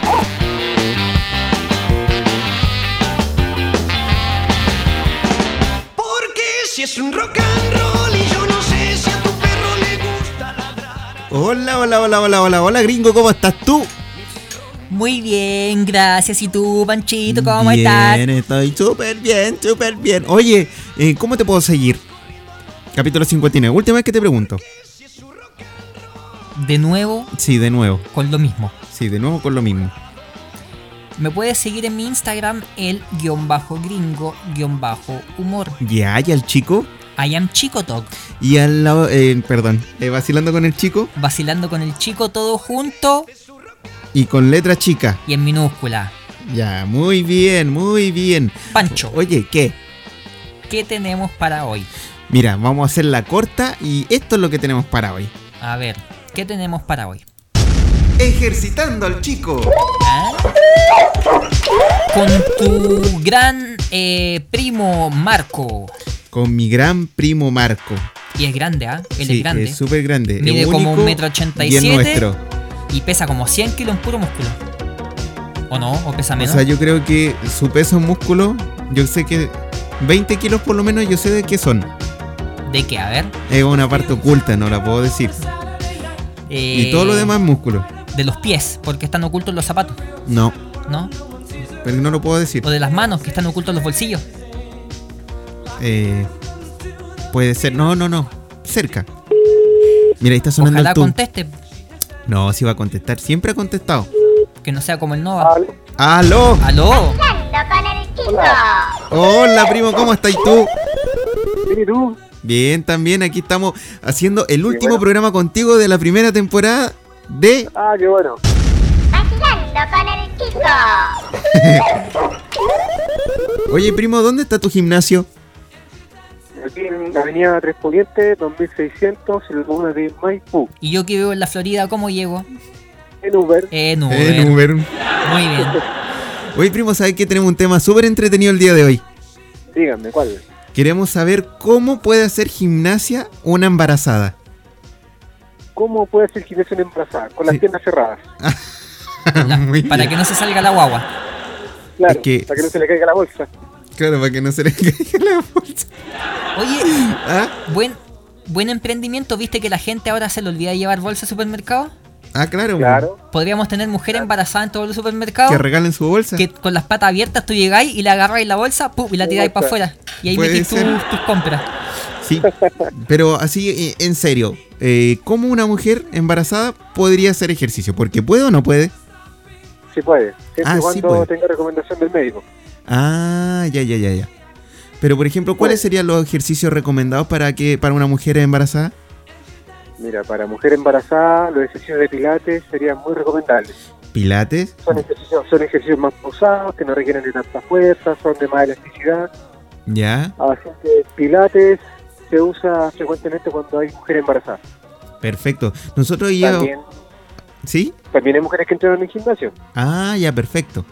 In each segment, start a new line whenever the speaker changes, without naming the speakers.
el chico.
Porque si es un rock and roll y yo no sé si a tu perro le gusta ladrar.
Hola, hola, hola, hola, hola, hola, gringo, ¿cómo estás tú?
Muy bien, gracias. ¿Y tú, Panchito, cómo estás?
Bien, estoy súper bien, súper bien. Oye, eh, ¿cómo te puedo seguir? Capítulo 59, última vez que te pregunto.
De nuevo,
Sí, de nuevo.
con lo mismo.
Sí, de nuevo con lo mismo.
Me puedes seguir en mi Instagram, el guión bajo gringo guión bajo humor.
Ya, y al chico.
I am Chico Talk,
Y al lado, eh, perdón, eh, vacilando con el chico
vacilando con el chico todo junto
y con letra chica.
y en minúscula.
Ya, muy bien, muy bien.
Pancho,
Oye, ¿qué?
¿qué tenemos para hoy?
Mira, vamos a hacer la corta y esto es lo que tenemos para hoy.
A ver, ¿qué tenemos para hoy?
Ejercitando al chico.
¿Ah? Con tu gran eh, primo Marco.
Con mi gran primo Marco.
Y es grande, ¿ah? Él
Sí,
es grande.
Es súper grande. es
Mide como
único
un metro ochenta y
Y es
siete.
nuestro.
Y pesa como 100 kilos en puro músculo. ¿O no? ¿O pesa
O
menos?
sea, yo creo que su peso en músculo, yo sé que 20 kilos por lo menos, yo sé de qué son.
¿De qué? A ver.
Es una parte oculta, no la puedo decir.
Eh,
Y todo lo demás es músculo.
De los pies, porque están ocultos en los zapatos,
No,
¿no?
pero no lo puedo decir.
O de las manos, que están ocultos en los bolsillos.
Eh, puede ser. No, no, no. Cerca. Mira, ahí está sonando
Ojalá
el tun.
conteste,
No, si va a contestar. Siempre ha contestado.
que no sea como el Nova.
¡Aló!
¡Aló!
Vacilando con el chico.
Hola, primo, ¿cómo estás tú?
¿Y tú?
Bien, también aquí estamos haciendo el último programa contigo de la primera temporada de...
Ah, qué bueno.
Vacilando con el chico.
Oye, primo, ¿dónde está tu gimnasio?
Aquí en Avenida Tres Pudientes, 2600, en la comuna de Maipú.
¿Y yo que vivo en la Florida, cómo llego?
En Uber.
Eh.
En Uber.
En Uber.
Muy bien.
Oye, primo, ¿sabes que tenemos un tema súper entretenido el día de hoy?
Díganme, ¿cuál?
Queremos saber cómo puede hacer gimnasia una embarazada.
¿Cómo puede ser gimnasia una embarazada? Con las
Sí.
piernas cerradas.
La-
Muy
para
bien.
que no se salga la guagua.
Claro,
Es que-
para que no se le caiga la bolsa.
Claro, para que no se le caiga la bolsa.
Oye,
¿Ah?
buen, buen emprendimiento. ¿Viste que la gente ahora se le olvida llevar bolsa al supermercado?
ah, claro.
Claro.
Podríamos tener mujer embarazada en todos los
Que
supermercados.
regalen su bolsa.
Que con las patas abiertas tú llegáis y la agarráis la bolsa ¡pum! y la tiráis para afuera. Y ahí
Puede
metís tu-
ser.
tus compras.
Sí. Pero así, eh, en serio, eh, ¿cómo una mujer embarazada podría hacer ejercicio? Porque puede o no puede.
Sí puede. Siempre
Ah,
y
sí
cuando
puede.
tenga recomendación del médico.
Ah, ya, ya, ya, ya. Pero por ejemplo, ¿cuáles
Puede.
serían los ejercicios recomendados para que para una mujer embarazada?
Mira, para mujer embarazada, los ejercicios de pilates serían muy recomendables.
Pilates.
Son ejercicios, son ejercicios más pausados, que no requieren de tanta fuerza, son de más elasticidad.
Ya.
Así que Pilates se usa frecuentemente cuando hay mujer embarazada.
Perfecto. Nosotros ya.
También,
¿Sí?
también hay mujeres que entrenan en gimnasio.
Ah, ya, perfecto.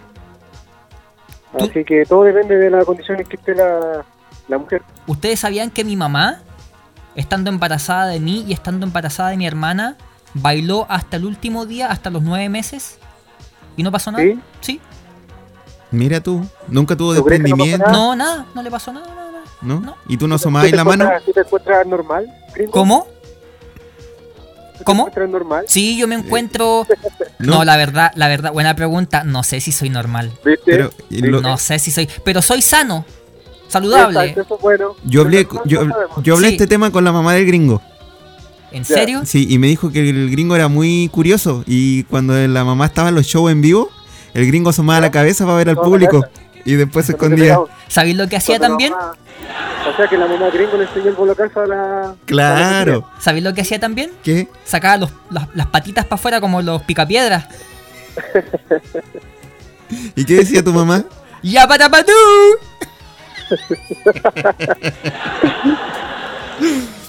¿Tú?
Así que todo depende de las condiciones que esté la, la mujer.
¿Ustedes sabían que mi mamá, estando embarazada de mí y estando embarazada de mi hermana, bailó hasta el último día, hasta los nueve meses? ¿Y no pasó nada?
¿Sí?
Mira tú. Nunca tuvo
¿Tú crees que no pasa
No,
desprendimiento,
nada?
nada, no le pasó nada. nada, nada.
¿no?
No.
¿Y tú no
¿Tú
asomabas
te
la mano?
encuentras- ¿Tú te encuentras normal? gringo?
¿Cómo?
¿Tú te
¿Cómo?
encuentras normal?
Sí, yo me encuentro.
No.
No, la verdad, la verdad, buena pregunta. No sé si soy normal.
¿Viste?
Pero eh, lo-
No sé si soy. Pero soy sano, saludable.
Exacto, eso es bueno.
yo hablé,
Pero no-
yo,
no sabemos.
yo hablé
Sí.
este tema con la mamá del gringo.
¿En
Ya.
serio?
Sí, y me dijo que el gringo era muy curioso. Y cuando la mamá estaba en los shows en vivo, el gringo asomaba la cabeza para ver al
No, la
público. Y después se
Eso no te
escondía.
pegaba.
¿Sabéis lo que hacía
Cuando la
también?
mamá- Ah, O sea que la mamá gringo le enseñó el bolo calza a la.
Claro.
¿Sabéis lo que hacía también?
¿Qué?
Sacaba los- las, las patitas para afuera como los picapiedras.
¿Y qué decía tu mamá?
¡Ya para patú!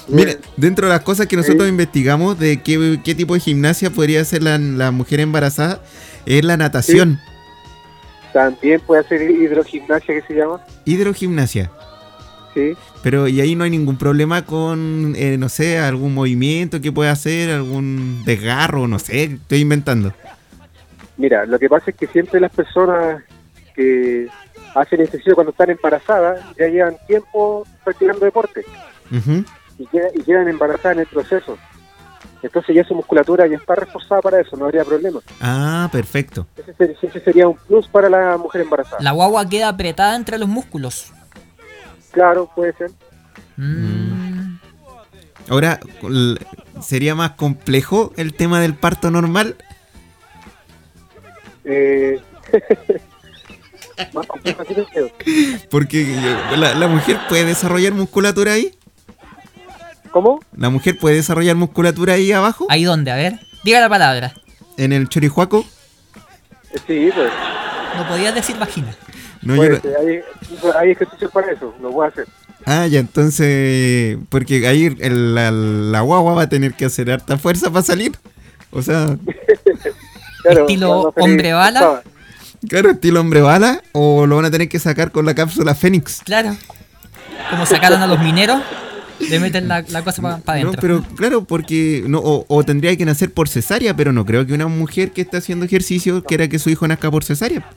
Mira, dentro de las cosas que nosotros
Sí.
investigamos de qué, qué tipo de gimnasia podría hacer la, la mujer embarazada, es la natación,
También puede hacer hidrogimnasia que se llama.
hidrogimnasia.
Sí.
Pero y ahí no hay ningún problema con, eh, no sé, algún movimiento que pueda hacer, algún desgarro, no sé, estoy inventando.
Mira, lo que pasa es que siempre las personas que hacen ejercicio cuando están embarazadas ya llevan tiempo practicando deporte
Ujú.
y quedan, y quedan embarazadas en el proceso. Entonces ya su musculatura ya está reforzada para eso, no habría problema.
Ah, perfecto.
Ese, ser- ese sería un plus para la mujer embarazada.
La guagua queda apretada entre los músculos.
Claro, puede ser.
Mm.
Ahora, l- ¿sería más complejo el tema del parto normal?
Eh, más complejo así no creo.
Porque eh, la, la mujer puede desarrollar musculatura ahí.
¿Cómo?
La mujer puede desarrollar musculatura ahí abajo,
¿Ahí dónde? A ver. Diga la palabra.
en el chorijuaco.
Eh, Sí, pues.
No podías decir vagina.
No, yo
puede
no-
ser. Hay, hay ejercicios para eso, lo voy a hacer.
Ah, ya, entonces. Porque ahí el- la, la guagua va a tener que hacer harta fuerza para salir. O sea,
Estilo
cuando feliz,
hombre bala.
estaba.
claro, estilo hombre bala, o lo van a tener que sacar con la cápsula Fénix.
Claro. Como sacaron a los mineros, le meten la, la cosa para
No,
adentro.
pero claro, porque. No, o, o tendría que nacer por cesárea, pero no creo que una mujer que está haciendo ejercicio quiera que su hijo nazca por cesárea.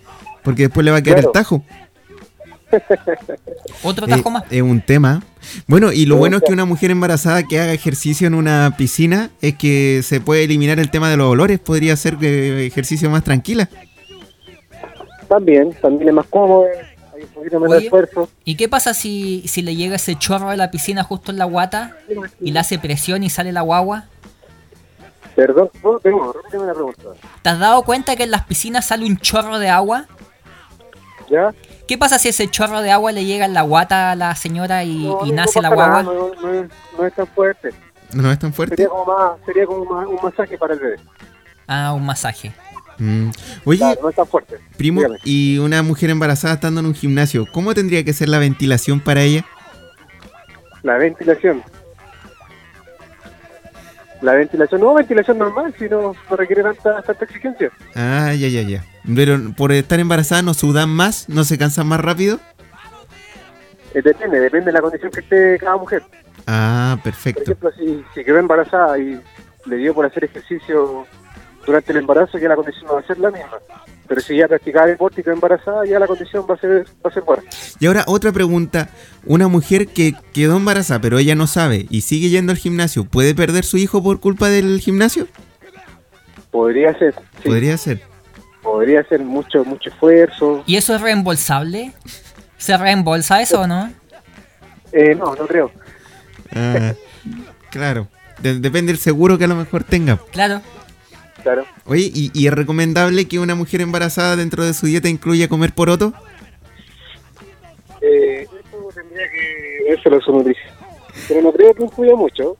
Porque después le va a quedar
Claro.
el tajo.
Otro
Eh,
tajo más.
Es un tema. Bueno, y lo
Me
bueno es
gusta.
que una mujer embarazada que haga ejercicio en una piscina es que se puede eliminar el tema de los olores, podría hacer eh, ejercicio más tranquila.
También, también es más cómodo, hay un poquito menos
Oye.
esfuerzo.
¿Y qué pasa si, si le llega ese chorro de la piscina justo en la guata y le hace presión y sale la guagua?
Perdón, no, tengo, repíteme la pregunta.
¿Te has dado cuenta que en las piscinas sale un chorro de agua?
¿Ya?
¿Qué pasa si ese chorro de agua le llega en la guata a la señora y,
No,
y
no
nace
pasa
la
nada,
guagua?
No, no es- no es tan fuerte.
¿No es tan
Sería
fuerte?
como, más, sería como más- un masaje para el bebé.
Ah, un masaje.
Mm. Oye,
Claro, no es tan fuerte.
primo,
dígame.
y una mujer embarazada estando en un gimnasio, ¿cómo tendría que ser la ventilación para ella?
La ventilación. La ventilación, no, ventilación normal, si no, no requiere tanta, tanta exigencia.
Ah, ya, ya, ya. Pero por estar embarazada no sudan más, no se cansan más rápido.
Eh, depende, depende de la condición que esté cada mujer.
Ah,
Por
perfecto.
ejemplo, si, si quedó embarazada y le dio por hacer ejercicio durante el embarazo, ya la condición no va a ser la misma. Pero si ya practicaba deporte y quedó embarazada, ya la condición va a ser, va a ser buena.
Y ahora otra pregunta, una mujer que quedó embarazada pero ella no sabe y sigue yendo al gimnasio, ¿puede perder su hijo por culpa del gimnasio?
Podría ser, sí, podría,
Podría ser.
ser mucho, mucho esfuerzo.
¿Y eso es reembolsable? ¿Se reembolsa eso o no?
Eh, no, no creo.
Ah, claro, De- depende del seguro que a lo mejor tenga.
Claro.
Claro.
Oye, ¿y, y es recomendable que una mujer embarazada dentro de su dieta incluya comer poroto?
Eh, eso tendría que vérselo a su nutrición. Pero no creo que influya mucho.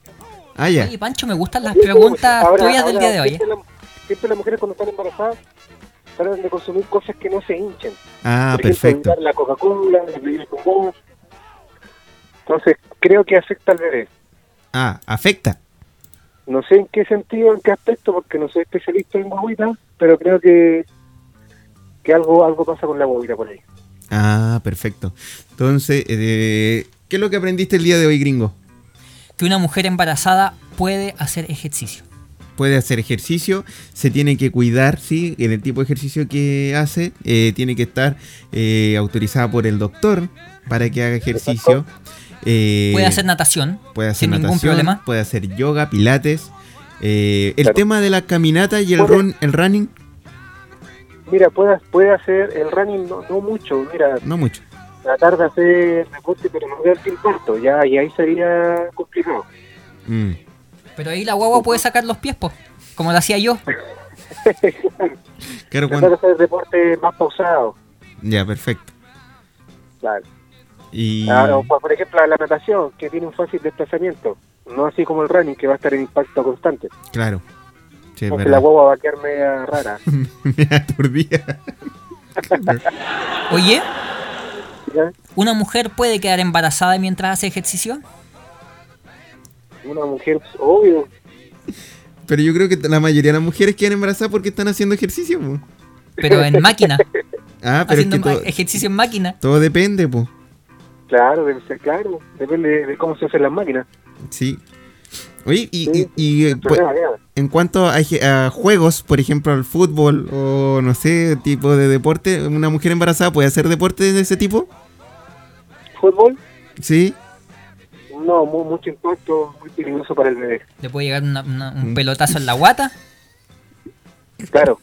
Ah, ya.
Oye, Pancho, me gustan las preguntas
Ahora-
tuyas del
ahora,
día de hoy. ¿eh?
Siempre, la- siempre las mujeres cuando están embarazadas tratan de consumir cosas que no se hinchen.
Ah,
Por ejemplo,
perfecto.
evitar La Coca-Cola, la bebida con gas. Entonces, creo que afecta al bebé.
Ah, afecta.
No sé en qué sentido, en qué aspecto, porque no soy especialista en guaguita, pero creo que, que algo algo pasa con la guaguita por ahí.
Ah, perfecto. Entonces, eh, ¿qué es lo que aprendiste el día de hoy, gringo?
¿eh? Que una mujer embarazada puede hacer ejercicio.
puede hacer ejercicio, se tiene que cuidar, ¿sí? En el tipo de ejercicio que hace, eh, tiene que estar eh, autorizada por el doctor para que haga ejercicio. Eh,
Puede hacer natación.
puede hacer
sin ningún
natación,
problema.
Puede hacer yoga, pilates. Eh, el
Claro.
tema de la caminata y el,
Puede-
run, el running,
Mira, puede, puede hacer el running, no, no mucho, mira,
no mucho.
tratar de hacer deporte, pero no dar impacto, ya, y ahí sería complicado.
Mm.
Pero ahí la guagua puede sacar los pies, po, como lo hacía yo.
Claro,
Tratar de
cuando-
hacer deporte más pausado,
Ya, perfecto.
claro.
Y...
Claro, por por ejemplo, la natación, que tiene un fácil desplazamiento, no así como el running, que va a estar en impacto constante,
Claro. Sí, es
porque la
verdad.
guagua va a quedar media rara.
Me aturdía.
Oye,
¿ya?
¿una mujer puede quedar embarazada mientras hace ejercicio?
Una mujer, obvio,
Pero yo creo que la mayoría de las mujeres quedan embarazadas porque están haciendo ejercicio, po.
Pero en máquina,
Ah, pero es
haciendo
que todo,
ma- ejercicio en máquina.
todo depende, po.
claro, debe ser claro, depende de cómo se hacen las máquinas.
Sí. Oye, y,
Sí,
y- y, eh, pues,
Problema, ya.
en cuanto a, eje- a juegos, por ejemplo, al fútbol o no sé, tipo de deporte, ¿una mujer embarazada puede hacer deporte de ese tipo?
Fútbol,
Sí.
no, mu- mucho impacto, muy peligroso para el bebé.
Le puede llegar una- una-
Mm.
un pelotazo en la guata.
Claro.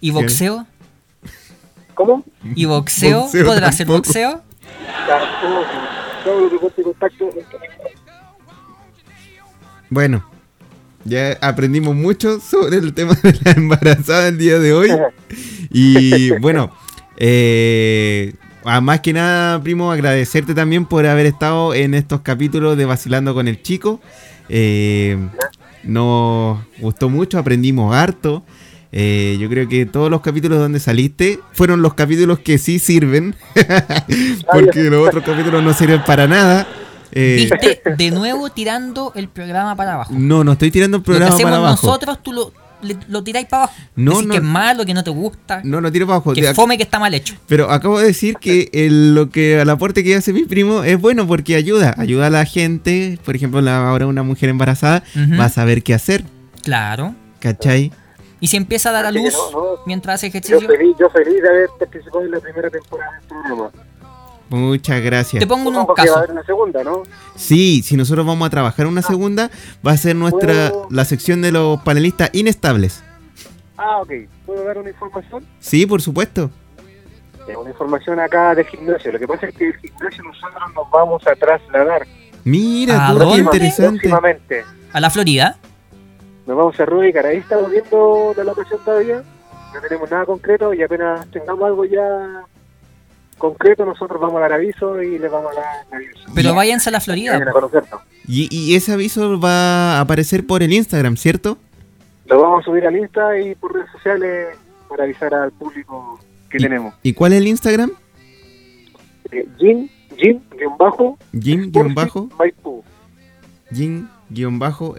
¿Y boxeo?
¿Cómo?
¿Y boxeo?
Boxeo
¿Podrá hacer
tampoco.
boxeo?
Tampoco. Todo lo que corte contacto. es que-
Bueno, ya aprendimos mucho sobre el tema de la embarazada el día de hoy. Y bueno, eh, a- más que nada, primo, agradecerte también por haber estado en estos capítulos de Vacilando con el Chico. Eh, nos gustó mucho, aprendimos harto. Eh, yo creo que todos los capítulos donde saliste fueron los capítulos que sí sirven, porque los otros capítulos no sirven para nada. Eh,
Viste, de nuevo tirando el programa para abajo.
no, no estoy tirando el
Lo que
programa
hacemos
para abajo.
nosotros, tú lo, le- lo tiráis para abajo.
No,
Decís
no.
que es malo, que no te gusta,
No, no tiro para abajo.
que
Te-
fome, que está mal hecho.
Pero acabo de decir que el- lo que al aporte que hace mi primo es bueno porque ayuda, ayuda a la gente. Por ejemplo, la- ahora una mujer embarazada
Ujú.
va a saber qué hacer,
Claro.
¿cachai?
Y si empieza a dar a
Así que
luz
no, no.
mientras hace
Yo
ejercicio,
feliz, yo feliz de haber participado en la primera temporada del programa.
Muchas gracias.
te pongo en un
Supongo que va a
caso.
haber una segunda, ¿no?
Sí, si nosotros vamos a trabajar una segunda, va a ser nuestra
Bueno.
la sección de los panelistas inestables.
Ah, ok. ¿Puedo dar una información?
Sí, por supuesto.
Eh, Una información acá del gimnasio. Lo que pasa es que el gimnasio nosotros nos vamos a trasladar
Mira,
¿A
tú, qué
dónde?
Oh, interesante.
próximamente.
A la Florida.
Nos vamos a reubicar. Ahí estamos viendo la locación todavía. No tenemos nada concreto y apenas tengamos algo ya concreto, nosotros vamos a dar aviso y les vamos a dar aviso.
Pero váyanse a la Florida.
Vayan a conocernos.
Y, y ese aviso va a aparecer por el Instagram, ¿cierto?
Lo vamos a subir al Insta y por redes sociales para avisar al público que
Y-
tenemos.
¿Y cuál es el Instagram?
Eh, Jin, Jin, guión bajo,
Jim,
Sport
guión bajo,
Fit Maipú.
Jim, guión bajo,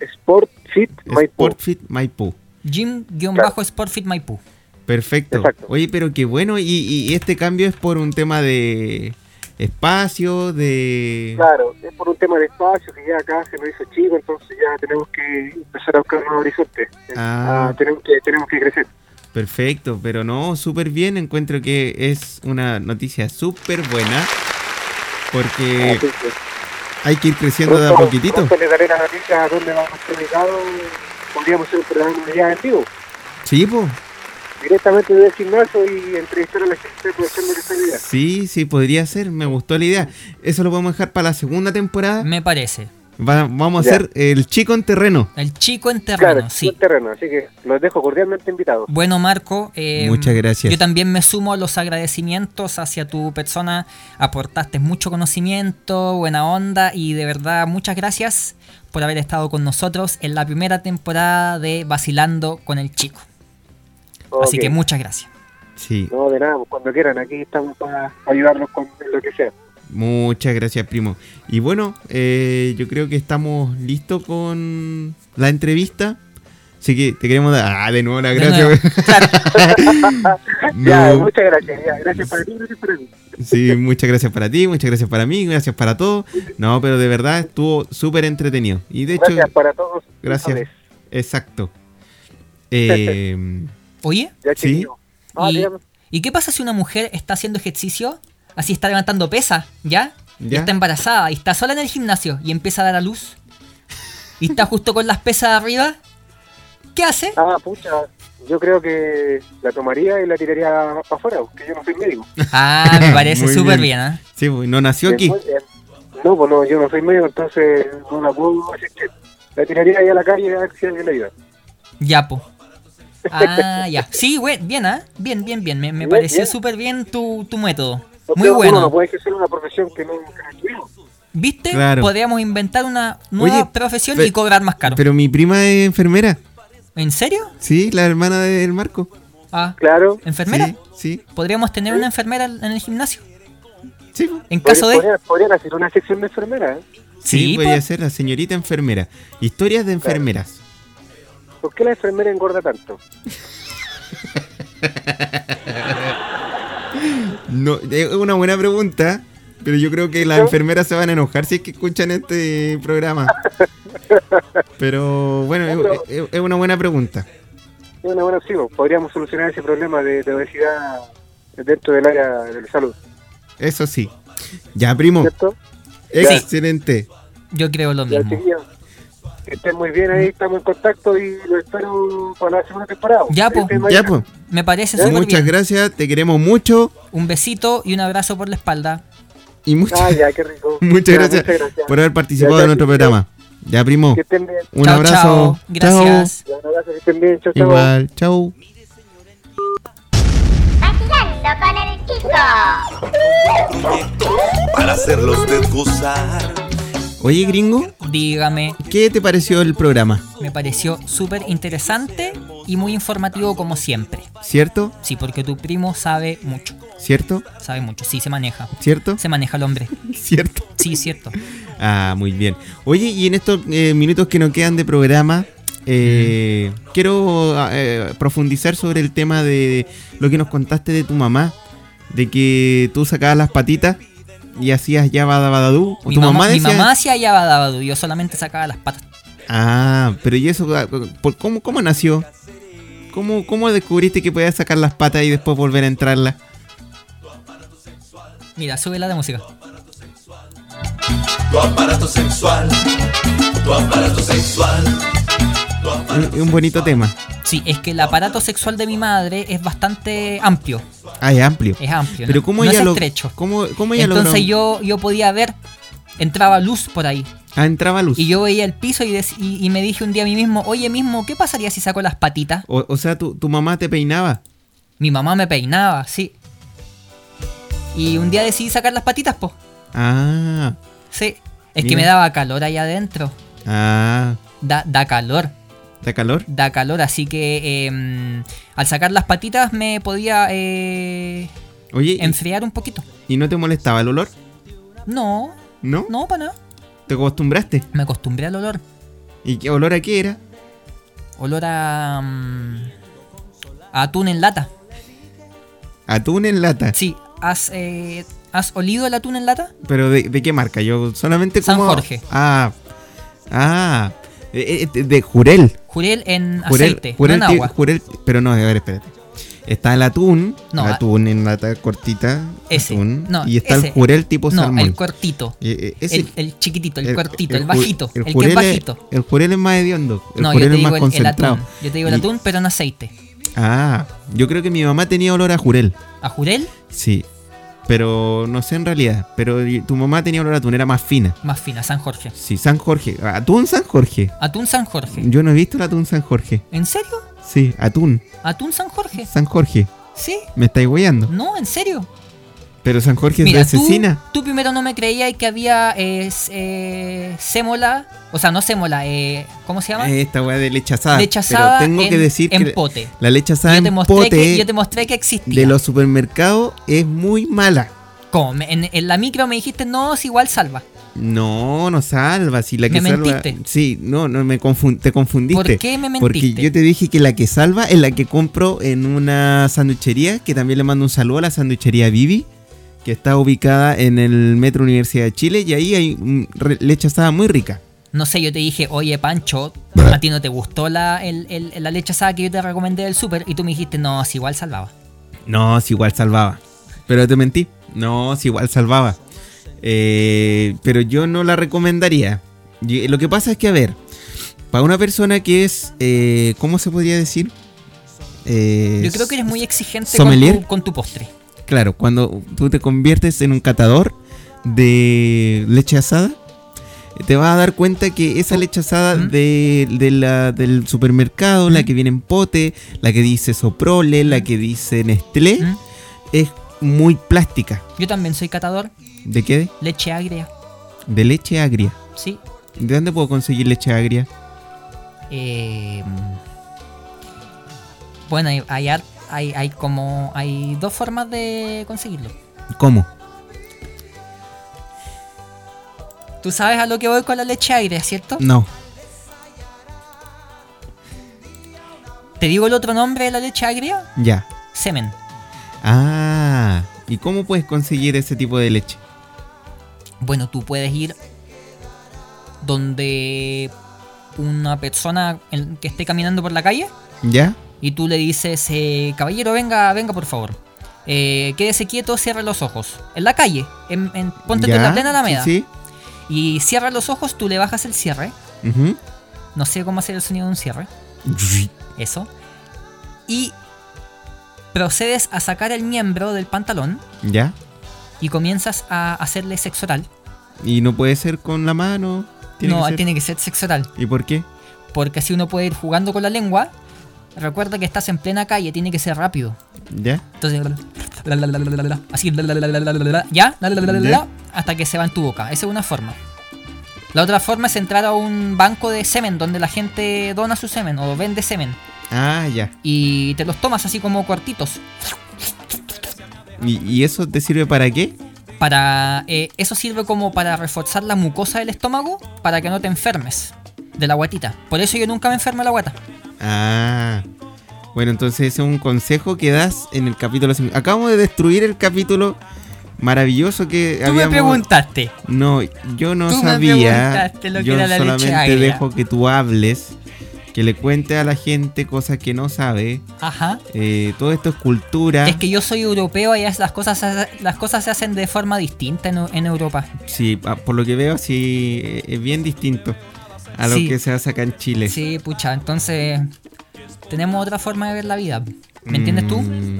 Sport Fit Maipú.
Sportfit Maipú.
Jim-Sportfit Maipú.
Perfecto.
Exacto.
Oye, pero qué bueno. Y, y este cambio es por un tema de espacio, de...
Claro, es por un tema de espacio que ya acá se nos hizo chico, entonces ya tenemos que empezar a buscar nuevos horizontes.
Ah.
Ah, tenemos, que, tenemos que crecer.
Perfecto, pero no, súper bien. Encuentro que es una noticia súper buena. Porque
Así que-
hay que ir creciendo de a poquitito.
Pronto les daré la noticia a dónde vamos a estar ubicados. Podríamos hacer un programa ya en vivo,
Sí, po.
directamente desde el gimnasio y entrevistar a la gente aprovechando que está en vida.
Sí, sí, podría ser. Me gustó la idea. Eso lo podemos dejar para la segunda temporada.
Me parece.
Va- vamos a
Ya.
hacer el chico en terreno.
El chico en terreno,
Claro,
sí.
sí. terreno, así que los dejo cordialmente invitados.
Bueno, Marco, eh,
Muchas gracias.
Yo también me sumo a los agradecimientos hacia tu persona. Aportaste mucho conocimiento, buena onda y de verdad muchas gracias por haber estado con nosotros en la primera temporada de Vacilando con el Chico. Así
Ok.
que muchas gracias.
Sí,
No, de nada, pues, cuando quieran, aquí estamos para ayudarlos con lo que sea.
muchas gracias, primo. Y bueno, eh, yo creo que estamos listos con la entrevista. Así que te queremos dar ah, de nuevo la
De
gracia.
nuevo. Claro.
Ah,
Ya,
No.
muchas gracias, ya, gracias para ti, gracias para mí.
Sí, muchas gracias para ti, muchas gracias para mí, gracias para todo. No, pero de verdad estuvo súper entretenido. Y de hecho,
Gracias para todos.
gracias.
¿sabes?
Exacto. Eh,
Oye,
Ya,
Sí.
chiquillo. Ah,
¿y,
dígame.
y qué pasa si una mujer está haciendo ejercicio? Así está levantando pesa, ¿ya? Y
Ya.
está embarazada y está sola en el gimnasio y empieza a dar a luz. y está justo con las pesas arriba, ¿qué hace?
Ah, pucha, yo creo que la tomaría y la tiraría afuera, que yo no soy médico.
Ah, me parece
Muy
súper bien.
bien.
¿eh?
Sí, pues, no nació aquí.
Después, eh, No, pues no, yo no soy médico, entonces no la puedo asistir. La tiraría ahí a la calle a ver si alguien la ayuda.
Ya, po. Ah, ya. Sí, güey, bien, ¿ah? Bien, bien, bien. Me, me
Bien,
pareció
bien.
súper bien tu, tu método.
No
Muy
creo que Uno no
bueno.
puede ejercer una profesión que no, que no estudió.
¿Viste?
Claro.
Podríamos inventar una nueva
Oye,
profesión
pe-
y cobrar más caro.
Pero mi prima es enfermera.
¿En serio?
Sí, la hermana del Marco.
Ah,
Claro.
¿enfermera?
Sí,
¿Podríamos tener una enfermera en el gimnasio?
sí. Sí, pues.
En caso de...
Podrían, podrían hacer una sección de enfermeras. ¿eh?
sí,
Sí, pues,
podía
po.
ser la señorita enfermera. Historias de enfermeras.
¿Por qué la enfermera engorda tanto?
No, eh, es una buena pregunta, pero yo creo que las enfermeras se van a enojar si es que escuchan este programa. Pero bueno, es- es, es una buena pregunta.
Es una buena opción. pues, Podríamos solucionar ese problema de, de obesidad dentro del área de la salud,
Eso sí. Ya, primo.
¿cierto?
Excelente.
Yo creo lo
Ya,
mismo.
chiquillos, que estén muy bien ahí, estamos en contacto y los espero para la segunda temporada.
Ya, po.
Este, mañana.
Ya, pues.
Me parece súper
Muchas
bien.
gracias, te queremos mucho
Un besito y un abrazo por la espalda.
y muchas,
Ah, ya, qué rico.
muchas,
Ya,
gracias
muchas gracias.
por haber participado
Ya,
en nuestro
gracias,
programa. Ya, primo.
Que estén bien.
Un
chao,
abrazo.
chao. Gracias.
Ya, Un abrazo, que estén bien. Chao,
Chao.
chao.
Igual, chao.
Vacilando con el chico.
para hacerlos desgozar.
Oye, gringo,
Dígame,
¿qué te pareció el programa?
me pareció súper interesante y muy informativo como siempre.
¿Cierto?
Sí, porque tu primo sabe mucho.
¿Cierto?
Sabe mucho, sí, se maneja.
¿Cierto?
Se maneja el hombre.
¿Cierto?
Sí, cierto.
Ah, muy bien. Oye, y en estos eh, minutos que nos quedan de programa, eh, quiero eh, profundizar sobre el tema de lo que nos contaste de tu mamá, de que tú sacabas las patitas y hacías ya badabadadú. O
Mi
tu mamá,
mamá, mi
decía-
mamá hacía yabadabadu, yo solamente sacaba las patas.
Ah, pero ¿y eso ah, por cómo, cómo nació? ¿Cómo, ¿Cómo descubriste que podías sacar las patas y después volver a entrarlas?
Mira, sube la de música.
Tu aparato sexual, tu aparato sexual.
Un, un bonito tema.
Sí, es que el aparato sexual de mi madre es bastante amplio.
Ah, es amplio.
Es amplio.
Pero
no,
¿cómo
no
ella
es
lo
estrecho.
¿Cómo, cómo ella logró?
Entonces yo, yo podía ver, entraba luz por ahí.
Ah, entraba luz.
Y yo veía el piso y, dec- y, y me dije un día a mí mismo, oye mismo, ¿qué pasaría si saco las patitas?
O, o sea, tu, tu mamá te peinaba.
Mi mamá me peinaba, sí. Y un día decidí sacar las patitas, po.
Ah,
Sí. Es que
Mira.
me daba calor ahí adentro.
ah.
Da, da calor,
¿Está calor?
da calor. Así que eh, al sacar las patitas me podía eh,
Oye, y-
enfriar un poquito.
¿y no te molestaba el olor?
No,
¿No?
no, para nada.
¿Te acostumbraste?
Me acostumbré al olor.
¿Y qué olor a qué era?
Olor a... mm, a atún en lata.
Atún en lata.
Sí, ¿has, eh, ¿has olido el atún en lata?
¿Pero de, de qué marca? Yo solamente
San
como...
Jorge.
Ah, ah. eh, eh, De, de Jurel.
Jurel en
Jurel,
aceite,
Jurel,
no en
ti-
agua.
Jurel- pero no, a ver, espérate. Está el atún,
No, ah.
atún en lata cortita,
Ese,
atún,
no,
y está
ese.
el jurel tipo
no,
salmón.
el cortito.
Eh, eh, ese-
El, el chiquitito, el, cortito, el,
ju-
bajito, el, que
jurel
es
es-
bajito.
el jurel es más hediondo. El
no, yo te
jurel es
digo
más
el, el
concentrado.
atún. Yo te digo el
Y-
atún, pero en aceite.
Ah, yo creo que mi mamá tenía olor a jurel.
¿A jurel?
Sí. Pero no sé en realidad. Pero y- tu mamá tenía olor a atún, era más fina.
Más fina, San Jorge.
Sí, San Jorge. Atún San Jorge.
Atún San Jorge.
Yo no he visto el atún San Jorge.
¿En serio?
Sí, atún
¿Atún San Jorge?
San Jorge.
¿Sí?
Me estáis guayando.
No, en serio.
Pero San Jorge
Mira,
es de
tú,
asesina.
tú primero no me creías que había eh, s- eh, sémola, o sea, no sémola, eh, ¿cómo se llama?
Eh, Esta weá de leche asada.
Leche asada
Pero tengo
en-
que decir
en
que
pote.
la leche asada
yo, te
en
mostré
pote
que, yo te mostré que existía.
de los supermercados es muy mala.
Como me- en, en la micro me dijiste, no, es igual salva.
No, no salva. Si la que
Me
salva.
mentiste.
Sí, no, no me confun- te confundiste.
¿Por qué me mentiste?
Porque yo te dije que la que salva es la que compro en una sanduichería, que también le mando un saludo a la sanduichería Vivi, que está ubicada en el Metro Universidad de Chile, y ahí hay mm, re- leche asada muy rica.
No sé, yo te dije, oye Pancho,
Eh.
a ti no te gustó la, el- el- la leche asada que yo te recomendé del súper y tú me dijiste, no, si igual salvaba.
No, si igual salvaba. Pero te mentí. No, si igual salvaba. Eh, pero yo no la recomendaría. Y- Lo que eh, pasa es que, a ver, Para una persona que es, eh, ¿cómo se podría decir? Eh,
Yo creo que eres muy exigente con
sommelier.
tu, con tu postre.
Claro, cuando tú te conviertes en un catador de leche asada, te vas a dar cuenta que esa leche asada
¿Mm?
de, de la, del supermercado, la que viene en pote, la que dice Soprole, la que dice Nestlé,
¿Mm?
es muy plástica.
Yo también soy catador,
¿De qué?
leche agria,
De leche agria.
¿sí?
¿De dónde puedo conseguir leche agria?
Eh, bueno, hay, hay, har- hay, hay como. Hay dos formas de conseguirlo.
¿Cómo?
Tú sabes a lo que voy con la leche agria, ¿cierto?
No.
¿Te digo el otro nombre de la leche agria?
Ya.
Semen.
Ah. ¿Y cómo puedes conseguir ese tipo de leche?
Bueno, tú puedes ir donde una persona en- que esté caminando por la calle
¿Ya?
y tú le dices, eh, caballero, venga, venga por favor. Eh, quédese quieto, cierra los ojos. En la calle, en, en- ponte tú en
¿Ya?
la plena alameda.
Sí.
Y cierra los ojos, tú le bajas el cierre.
sí. Ujú.
No sé cómo hacer el sonido de un cierre. Eso. Y procedes a sacar el miembro del pantalón
¿Ya?
y comienzas a hacerle sexo oral.
Y no puede ser con la mano. Tiene
no,
que ser-
tiene que ser sexo oral.
¿Y por qué?
Porque así uno puede ir jugando con la lengua. Recuerda que estás en plena calle, tiene que ser rápido.
¿Ya?
Entonces, la, la, la, la, la, la, así, la, la, la, la, la, la, la, ya, la, la, la, la, la, la, hasta que se va en tu boca. Esa es una forma. La otra forma es entrar a un banco de semen donde la gente dona su semen o vende semen
Ah, ya.
y te los tomas así como cuartitos.
¿Y, y eso te sirve para qué?
Para eh, eso sirve como para reforzar la mucosa del estómago para que no te enfermes de la guatita. Por eso yo nunca me enfermo de la guata.
Ah. Bueno, entonces ese es un consejo que das en el capítulo 5. Acabamos de destruir el capítulo maravilloso que
Tú me
habíamos...
preguntaste.
No, yo no
Tú me
sabía.
preguntaste lo que
yo
era la leche
solamente
agria.
dejo que tú hables, que le cuente a la gente cosas que no sabe.
Ajá.
Eh, todo esto es cultura.
Es que yo soy europeo y es- las cosas, se- las cosas se hacen de forma distinta en, en Europa.
Sí, pa- por lo que veo, sí, eh, es bien distinto a lo
Sí.
que se hace acá en Chile.
Sí, pucha. Entonces, tenemos otra forma de ver la vida. ¿Me entiendes tú?
Mm,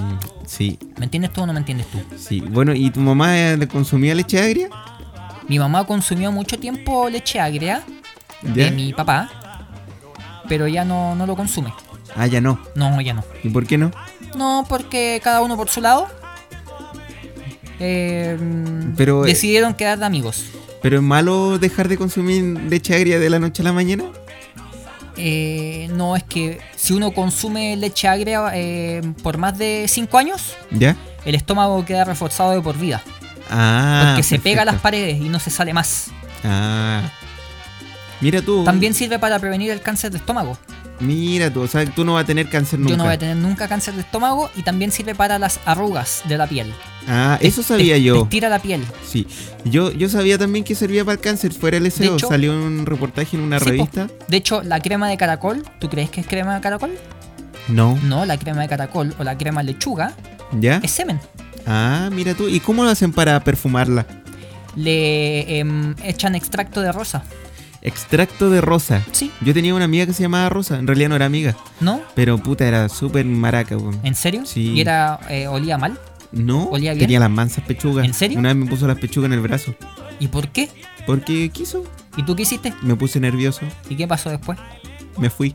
Sí,
¿Me entiendes tú o no me entiendes tú?
sí. Bueno, ¿y tu mamá eh, le consumía leche agria?
Mi mamá consumió mucho tiempo leche agria
¿Ya?
de mi papá, pero ya no, no lo consume.
Ah, ya no.
No, ya no.
¿Y por qué no?
No, porque cada uno por su lado. eh,
Pero, eh,
decidieron quedar de amigos.
¿Pero es malo dejar de consumir leche agria de la noche a la mañana?
Eh, no, es que si uno consume leche agria eh, por más de 5 años,
¿Ya?
el estómago queda reforzado de por vida.
Ah.
porque se pega a las
perfecto.
paredes y no se sale más.
Ah. Mira tú.
También sirve para prevenir el cáncer de estómago.
Mira tú, o sea, tú no vas a tener cáncer nunca.
Yo no voy a tener nunca cáncer de estómago y también sirve para las arrugas de la piel.
Ah, eso sabía
Te- te
yo.
estira la piel.
Sí. Yo, yo sabía también que servía para el cáncer, fuera el SEO.
hecho-
Salió un reportaje en una
Sí, po.
revista.
De hecho, la crema de caracol, ¿tú crees que es crema de caracol?
No.
No, la crema de caracol o la crema lechuga
¿Ya?
es semen.
Ah, mira tú. ¿Y cómo lo hacen para perfumarla?
Le em, echan extracto de rosa.
Extracto de rosa.
Sí,
Yo tenía una amiga que se llamaba Rosa. En realidad no era amiga.
¿no?
Pero puta, era súper maraca, weón.
¿En serio?
Sí.
¿Y era, eh, olía mal?
No,
¿Olía bien?
tenía las mansas pechugas.
¿En serio?
Una vez me puso las pechugas en el brazo.
¿Y por qué?
Porque quiso.
¿Y tú qué hiciste?
Me puse nervioso.
¿Y qué pasó después?
Me fui.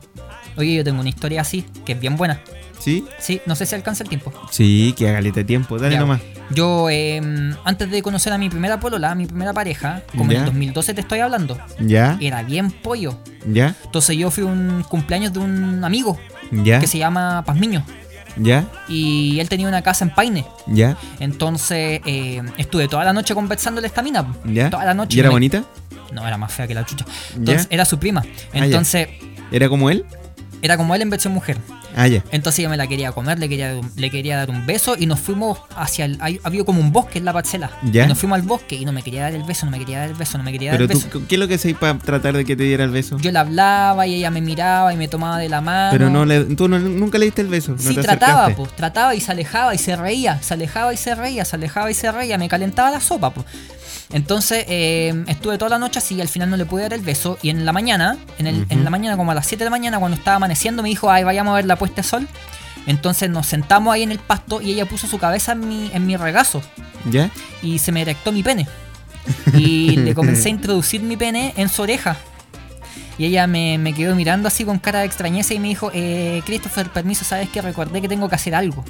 Oye, yo tengo una historia así, que es bien buena.
¿Sí?
Sí, no sé si alcanza el tiempo.
Sí, que haga de tiempo. Dale
Ya.
nomás.
Yo, em, antes de conocer a mi primera polola, a mi primera pareja, como en
Ya.
el 2012 te estoy hablando,
¿Ya?
era bien pollo.
¿Ya?
Entonces yo fui a un cumpleaños de un amigo
¿Ya?
que se llama Pazmiño.
¿Ya?
Y él tenía una casa en Paine.
¿Ya?
Entonces eh, estuve toda la noche conversando la estamina.
¿Ya?
Toda la noche.
¿Y era
Me-
bonita?
No, era más fea que la chucha. Entonces,
¿Ya? Ah,
era su prima.
ya.
Entonces,
¿Era como él?
era como él en versión mujer.
Ah, ya.
Entonces yo me la quería comer, le quería, dar un- le quería dar un beso y nos fuimos hacia el... hay- había como un bosque en la parcela.
Ya.
Y nos fuimos al bosque y no me quería dar el beso, no me quería dar el beso, no me quería dar
Pero
el
tú,
beso.
¿qué es lo que hacéis para tratar de que te diera el beso?
Yo le hablaba y ella me miraba y me tomaba de la mano.
Pero no le, tú no- nunca le diste el beso. No
Sí,
te
trataba,
acercaste.
pues, trataba y se alejaba y se reía, se alejaba y se reía, se alejaba y se reía, me calentaba la sopa, pues. Entonces eh, estuve toda la noche así y al final no le pude dar el beso. Y en la mañana, en, el- en la mañana como a las 7 de la mañana cuando estaba amaneciendo me dijo, ay, vayamos a ver la puesta de sol. Entonces nos sentamos ahí en el pasto y ella puso su cabeza en mi, en mi regazo
¿Ya?
y se me erectó mi pene. Y le comencé a introducir mi pene en su oreja. Y ella me, me quedó mirando así con cara de extrañeza y me dijo, eh, Christopher, permiso, sabes que recordé que tengo que hacer algo.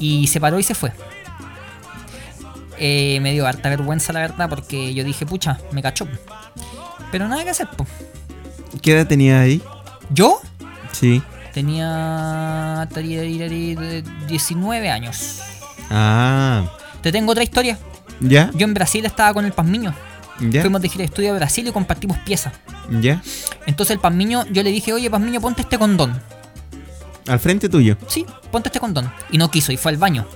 Y se paró y se fue. Eh, me dio harta vergüenza la verdad porque yo dije, pucha, me cachó. Pero nada que hacer, po.
¿Qué edad tenía ahí?
Yo
Sí.
tenía tariri, 19 años.
Ah,
Te tengo otra historia.
¿ya?
Yo en Brasil estaba con el Pazmiño.
¿Ya?
Fuimos de gira de estudio a Brasil y compartimos piezas.
¿Ya?
Entonces el Pazmiño, yo le dije, oye Pazmiño, ponte este condón.
Al frente tuyo.
Sí, ponte este condón. Y no quiso, y fue al baño.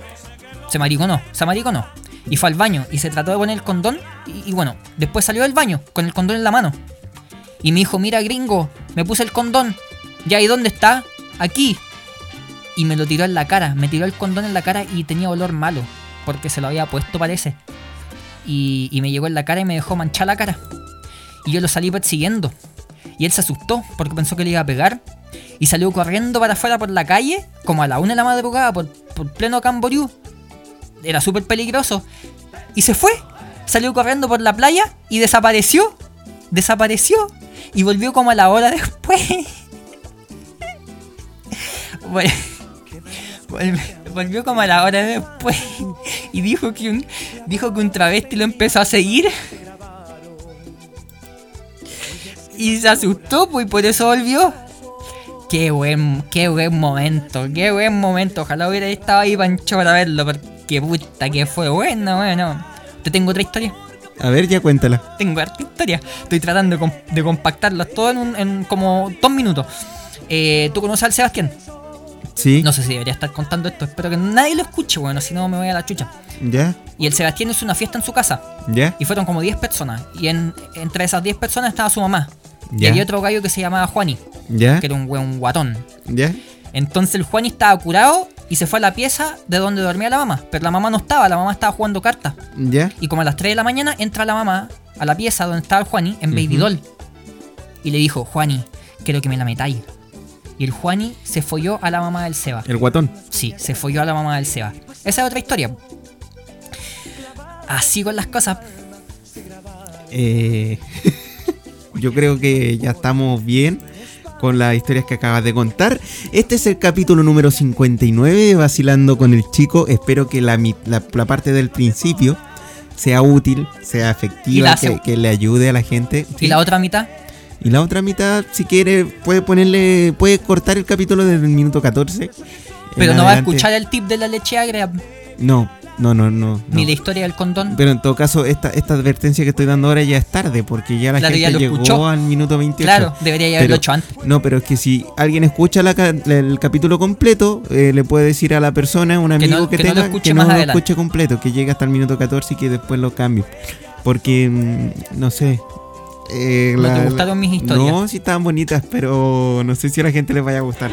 Se mariconó, se mariconó. Y fue al baño, y se trató de poner el condón, y, y bueno, después salió del baño, con el condón en la mano. Y me dijo, mira gringo, me puse el condón. Ya, ¿y dónde está? Aquí. Y me lo tiró en la cara, me tiró el condón en la cara y tenía olor malo, porque se lo había puesto parece. Y, y me llegó en la cara y me dejó manchar la cara. Y yo lo salí persiguiendo. Y él se asustó porque pensó que le iba a pegar. Y salió corriendo para afuera por la calle, como a la una de la madrugada, por, por pleno Camboriú. Era súper peligroso. Y se fue. Salió corriendo por la playa y desapareció. Desapareció. Y volvió como a la hora después. Vol- vol- Volvió como a la hora después y dijo que un dijo que un travesti lo empezó a seguir y se asustó pues, y por eso volvió. Qué buen, qué buen momento, qué buen momento. Ojalá hubiera estado ahí Pancho para verlo, porque puta que fue bueno, bueno. Te tengo otra historia,
A ver, ya cuéntala.
tengo harta historia. Estoy tratando de, com- de compactarlas todo en, un- en como dos minutos. Eh, ¿Tú conoces al Sebastián?
Sí.
No sé si debería estar contando esto, espero que nadie lo escuche, bueno, si no me voy a la chucha.
¿Ya?
Y el Sebastián hizo una fiesta en su casa.
¿Ya?
Y fueron como 10 personas. Y en- entre esas 10 personas estaba su mamá. Y
Ya. ¿Ah?
había otro gallo que se llamaba Juani,
¿Ya?
que era un, weón guatón.
¿Ya?
Entonces el Juani estaba curado y se fue a la pieza de donde dormía la mamá. Pero la mamá no estaba, la mamá estaba jugando cartas.
¿Ya?
Y como a las 3 de la mañana entra la mamá a la pieza donde estaba el Juani en Baby Doll. Y le dijo, Juani, quiero que me la metáis. Y el Juani se folló a la mamá del Seba.
El guatón.
Sí, se folló a la mamá del Seba. Esa es otra historia. Así con las cosas.
Eh, yo creo que ya estamos bien con las historias que acabas de contar. Este es el capítulo número 59 de Vacilando con el Chico. Espero que la, mi- la- la parte del principio sea útil, sea
Y
efectiva,
la
que,
seg-
que le ayude a la gente.
Y la otra mitad,
Y la otra mitad, si quiere, puede ponerle, puede cortar el capítulo desde el minuto 14. en
Pero no va a
adelante.
escuchar el tip de la leche agria,
No, no, no, no. no.
ni la historia del condón.
Pero en todo caso, esta, esta advertencia que estoy dando ahora ya es tarde, porque ya la
Claro, ya
gente
lo
llegó
escuchó.
al minuto 28.
Claro, debería haberlo
Pero-
hecho antes.
No, pero es que si alguien escucha la ca- la- el capítulo completo, eh, le puede decir a la persona, un
no-
amigo que,
que no lo
tenga,
escuche
que
más
no lo
adelante.
escuche completo, que llegue hasta el minuto 14 y que después lo cambie. Porque, mm, no sé. eh,
¿No te gustaron mis historias?
No, sí estaban bonitas, pero no sé si a la gente les vaya a gustar.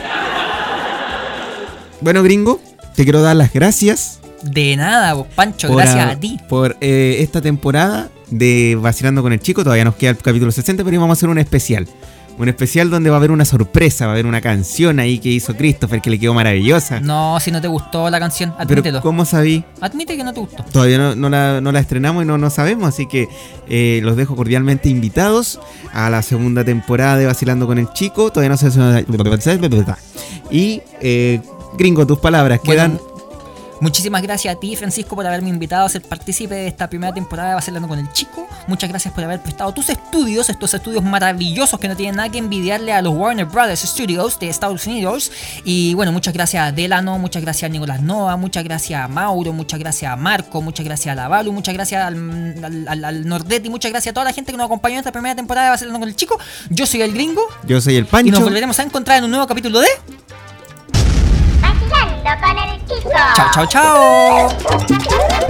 Bueno, gringo, te quiero dar las gracias
De nada, vos, Pancho,
por
gracias
a-
a ti.
Por eh, esta temporada de Vacilando con el Chico. Todavía nos queda el capítulo 60, pero íbamos a hacer un especial. Un especial donde va a haber una sorpresa, va a haber una canción ahí que hizo Christopher que le quedó maravillosa.
No, si no te gustó la canción,
pero
admítelo.
¿cómo sabí?
Admite que no te gustó.
Todavía no, no la, no la estrenamos y no, no sabemos, así que eh, los dejo cordialmente invitados a la segunda temporada de Vacilando con el Chico. Todavía no se... Y, eh, gringo, tus palabras quedan...
Bueno, Muchísimas gracias a ti, Francisco, por haberme invitado a ser partícipe de esta primera temporada de Vacilando con el Chico. Muchas gracias por haber prestado tus estudios, estos estudios maravillosos que no tienen nada que envidiarle a los Warner Brothers Studios de Estados Unidos. Y bueno, muchas gracias a Delano, muchas gracias a Nicolás Nova, muchas gracias a Mauro, muchas gracias a Marco, muchas gracias a Lavalu, muchas gracias al, al, al- al Nordetti, muchas gracias a toda la gente que nos acompañó en esta primera temporada de Vacilando con el Chico. Yo soy el gringo
Yo soy el
y nos
Pancho.
volveremos a encontrar en un nuevo capítulo de...
Vacilando con el chico.
¡Chao, chao, chao!
chao.